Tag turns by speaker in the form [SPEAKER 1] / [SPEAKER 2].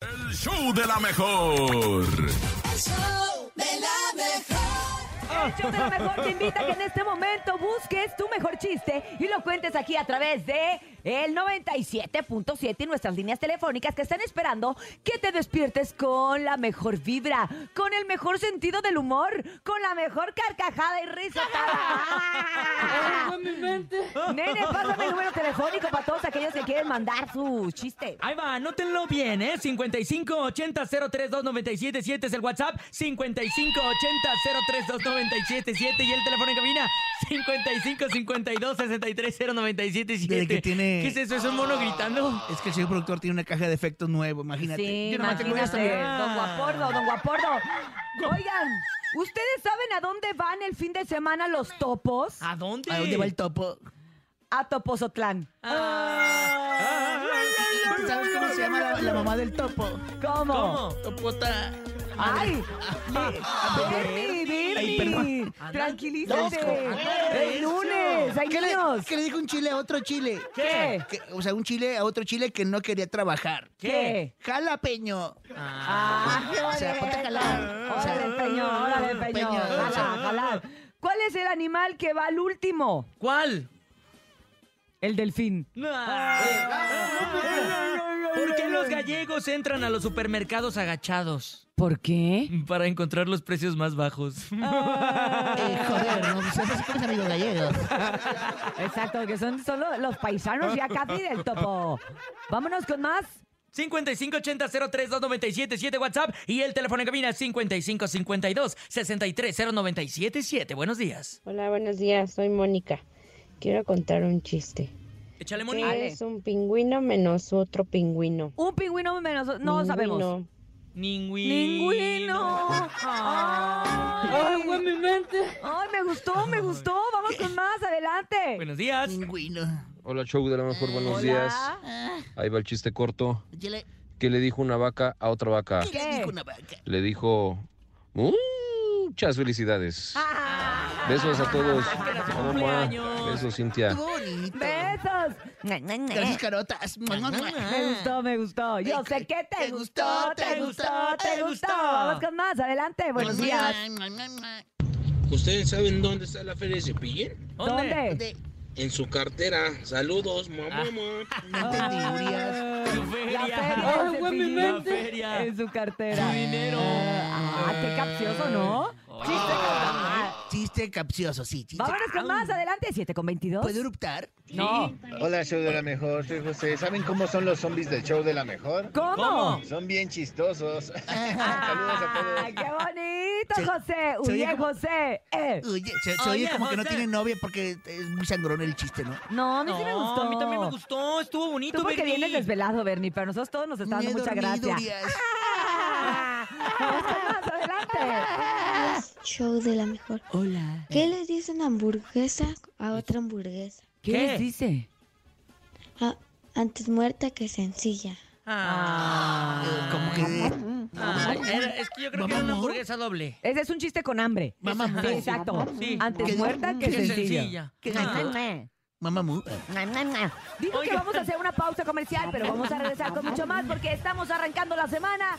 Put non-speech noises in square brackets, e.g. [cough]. [SPEAKER 1] El show de la mejor.
[SPEAKER 2] El show de la mejor te invita a que en este momento busques tu mejor chiste y lo cuentes aquí a través de el 97.7 y nuestras líneas telefónicas que están esperando que te despiertes con la mejor vibra, con el mejor sentido del humor, con la mejor carcajada y risa. Nene, pásame el número telefónico para todos aquellos que quieren mandar su chiste.
[SPEAKER 3] Ahí va, anótenlo bien, ¿eh? 5580-032977 es el WhatsApp. 5580-032977 y el teléfono en cabina. 5552-630977.
[SPEAKER 4] Desde que tiene-
[SPEAKER 3] ¿Qué es eso? ¿Es un mono gritando?
[SPEAKER 4] Es que el señor productor tiene una caja de efectos nuevo, imagínate.
[SPEAKER 2] Sí,
[SPEAKER 4] Yo nomás tengo
[SPEAKER 2] imagínate,
[SPEAKER 4] esta.
[SPEAKER 2] don Guapordo, don Guapordo. Oigan, ¿ustedes saben a dónde van el fin de semana los topos?
[SPEAKER 4] Ah.
[SPEAKER 3] ¿A dónde? Ah.
[SPEAKER 4] ¿A dónde va el topo?
[SPEAKER 2] A Topozotlán.
[SPEAKER 4] ¿Sabes cómo se llama la, la mamá del topo?
[SPEAKER 2] ¿Cómo?
[SPEAKER 3] ¿Cómo?
[SPEAKER 4] Topota.
[SPEAKER 2] ¡Ay!
[SPEAKER 3] Bernie.
[SPEAKER 2] ¡Bernie,
[SPEAKER 4] Ah.
[SPEAKER 2] Bernie!
[SPEAKER 4] Ay, perdón. Loco.
[SPEAKER 2] ¡Tranquilízate! ¡El lunes! ¡Hay
[SPEAKER 4] ¿Qué le,
[SPEAKER 2] niños!
[SPEAKER 4] qué le dijo un chile a otro chile?
[SPEAKER 2] ¿Qué?
[SPEAKER 4] Que- o sea, un chile a otro chile que no quería trabajar.
[SPEAKER 2] ¿Qué?
[SPEAKER 4] Jalapeño.
[SPEAKER 2] ¡Ah!
[SPEAKER 4] O sea, ponte a jalar. O sea,
[SPEAKER 2] ¡Órale, peñón! ¡Órale, peñón!
[SPEAKER 4] Peñón.
[SPEAKER 2] ¡Jalá, jalá! ¿Cuál es el animal que va al último?
[SPEAKER 3] ¿Cuál? Ah.
[SPEAKER 2] El delfín.
[SPEAKER 3] ¿Por qué los gallegos entran a los supermercados agachados?
[SPEAKER 2] ¿Por qué?
[SPEAKER 3] Para encontrar los precios más bajos.
[SPEAKER 4] Eh, joder, no sé si con amigos gallegos.
[SPEAKER 2] Exacto, que son, son lo- los paisanos ya casi del topo. Vámonos con más.
[SPEAKER 3] 5580-032977 WhatsApp y el teléfono en cabina 5552-630977. Buenos días.
[SPEAKER 5] Hola, buenos días, soy Mónica. Quiero contar un chiste.
[SPEAKER 3] Échale
[SPEAKER 5] ¿Qué
[SPEAKER 3] monita.
[SPEAKER 5] es un pingüino menos otro pingüino?
[SPEAKER 2] Un pingüino menos. No
[SPEAKER 5] Pingüino.
[SPEAKER 2] sabemos. ¡Pingüino! ¡Ay, ¡Ay, me gustó, me gustó! Vamos con más, adelante.
[SPEAKER 3] Buenos días.
[SPEAKER 4] Pingüino.
[SPEAKER 6] Hola, show de la mejor, buenos
[SPEAKER 2] Hola.
[SPEAKER 6] días. Ahí va el chiste corto.
[SPEAKER 4] Chile,
[SPEAKER 6] ¿Qué le dijo una vaca a otra vaca?
[SPEAKER 4] ¿qué le
[SPEAKER 2] ¿Qué?
[SPEAKER 4] dijo una vaca?
[SPEAKER 6] Le dijo, muchas felicidades.
[SPEAKER 2] Ah,
[SPEAKER 6] Besos a todos.
[SPEAKER 3] que era su
[SPEAKER 6] Mamá,
[SPEAKER 3] cumpleaños.
[SPEAKER 6] Besos, Cintia.
[SPEAKER 4] Estuvo bonito.
[SPEAKER 2] ¡Besos!
[SPEAKER 4] Gracias, carotas. Mua, mua, mua.
[SPEAKER 2] Me gustó, me gustó. Yo sé que te,
[SPEAKER 4] Te
[SPEAKER 2] gustó, te gustó, te gustó.
[SPEAKER 4] gustó.
[SPEAKER 2] Vamos con más, adelante. Buenos
[SPEAKER 4] Mua,
[SPEAKER 2] días.
[SPEAKER 4] mua, mua, mua.
[SPEAKER 7] ¿Ustedes saben dónde está la feria de Cepillín?
[SPEAKER 2] ¿Dónde?
[SPEAKER 4] De-
[SPEAKER 7] En su cartera. Saludos, mamá.
[SPEAKER 4] Ah. No entendí, Urias.
[SPEAKER 3] Su
[SPEAKER 2] La
[SPEAKER 3] feria.
[SPEAKER 2] feria. Ah, del cepillín.
[SPEAKER 3] La feria.
[SPEAKER 2] En su cartera.
[SPEAKER 3] Su dinero.
[SPEAKER 2] Ah, qué capcioso, ¿no? Chiste capcioso.
[SPEAKER 4] Chiste capcioso, sí. Chiste.
[SPEAKER 2] Vámonos con más, adelante. 7 con 22.
[SPEAKER 4] ¿Puedo eruptar?
[SPEAKER 2] No.
[SPEAKER 8] Hola, show de la mejor, soy José. ¿Saben cómo son los zombies del show de la mejor?
[SPEAKER 2] ¿Cómo?
[SPEAKER 3] ¿Cómo?
[SPEAKER 8] Son bien chistosos. Saludos a todos.
[SPEAKER 2] Ah, ¡Qué bonito,
[SPEAKER 4] Se-
[SPEAKER 2] José!
[SPEAKER 4] se
[SPEAKER 2] ¡Huye,
[SPEAKER 4] oye como-
[SPEAKER 2] José! Eh.
[SPEAKER 4] Oye, se, se
[SPEAKER 3] Oye,
[SPEAKER 4] oye como que no
[SPEAKER 3] José.
[SPEAKER 4] tiene novia porque es muy sangrón el chiste, ¿no?
[SPEAKER 2] No, a mí sí me
[SPEAKER 3] No,
[SPEAKER 2] gustó.
[SPEAKER 3] A mí también me gustó. Estuvo bonito,
[SPEAKER 2] Tú porque
[SPEAKER 3] Bernie.
[SPEAKER 2] vienes desvelado, Bernie, pero nosotros todos nos está
[SPEAKER 4] Me
[SPEAKER 2] dando
[SPEAKER 4] he
[SPEAKER 2] mucha
[SPEAKER 4] dormido,
[SPEAKER 2] gracia.
[SPEAKER 4] Urias.
[SPEAKER 2] Ah, [laughs] vamos con más, adelante.
[SPEAKER 9] Show de la mejor.
[SPEAKER 2] Hola.
[SPEAKER 9] ¿Qué les dicen hamburguesa a otra hamburguesa?
[SPEAKER 2] ¿Qué,
[SPEAKER 3] ¿Qué?
[SPEAKER 2] les dice?
[SPEAKER 9] Ah, antes muerta que sencilla.
[SPEAKER 3] Ah.
[SPEAKER 4] Eh, Como que.
[SPEAKER 3] Ah, era- es que yo creo que era una hamburguesa doble.
[SPEAKER 2] Ese es un chiste con hambre.
[SPEAKER 4] Mamá
[SPEAKER 2] Sí,
[SPEAKER 4] mu.
[SPEAKER 2] exacto.
[SPEAKER 3] Sí.
[SPEAKER 2] Antes
[SPEAKER 4] Que-
[SPEAKER 2] muerta que
[SPEAKER 4] que
[SPEAKER 2] sencilla.
[SPEAKER 4] ¿Qué
[SPEAKER 3] Ah.
[SPEAKER 4] dijo? Mamá mu.
[SPEAKER 2] Digo que
[SPEAKER 3] Oigan.
[SPEAKER 2] vamos a hacer una pausa comercial, pero vamos a regresar con mucho más porque estamos arrancando la semana.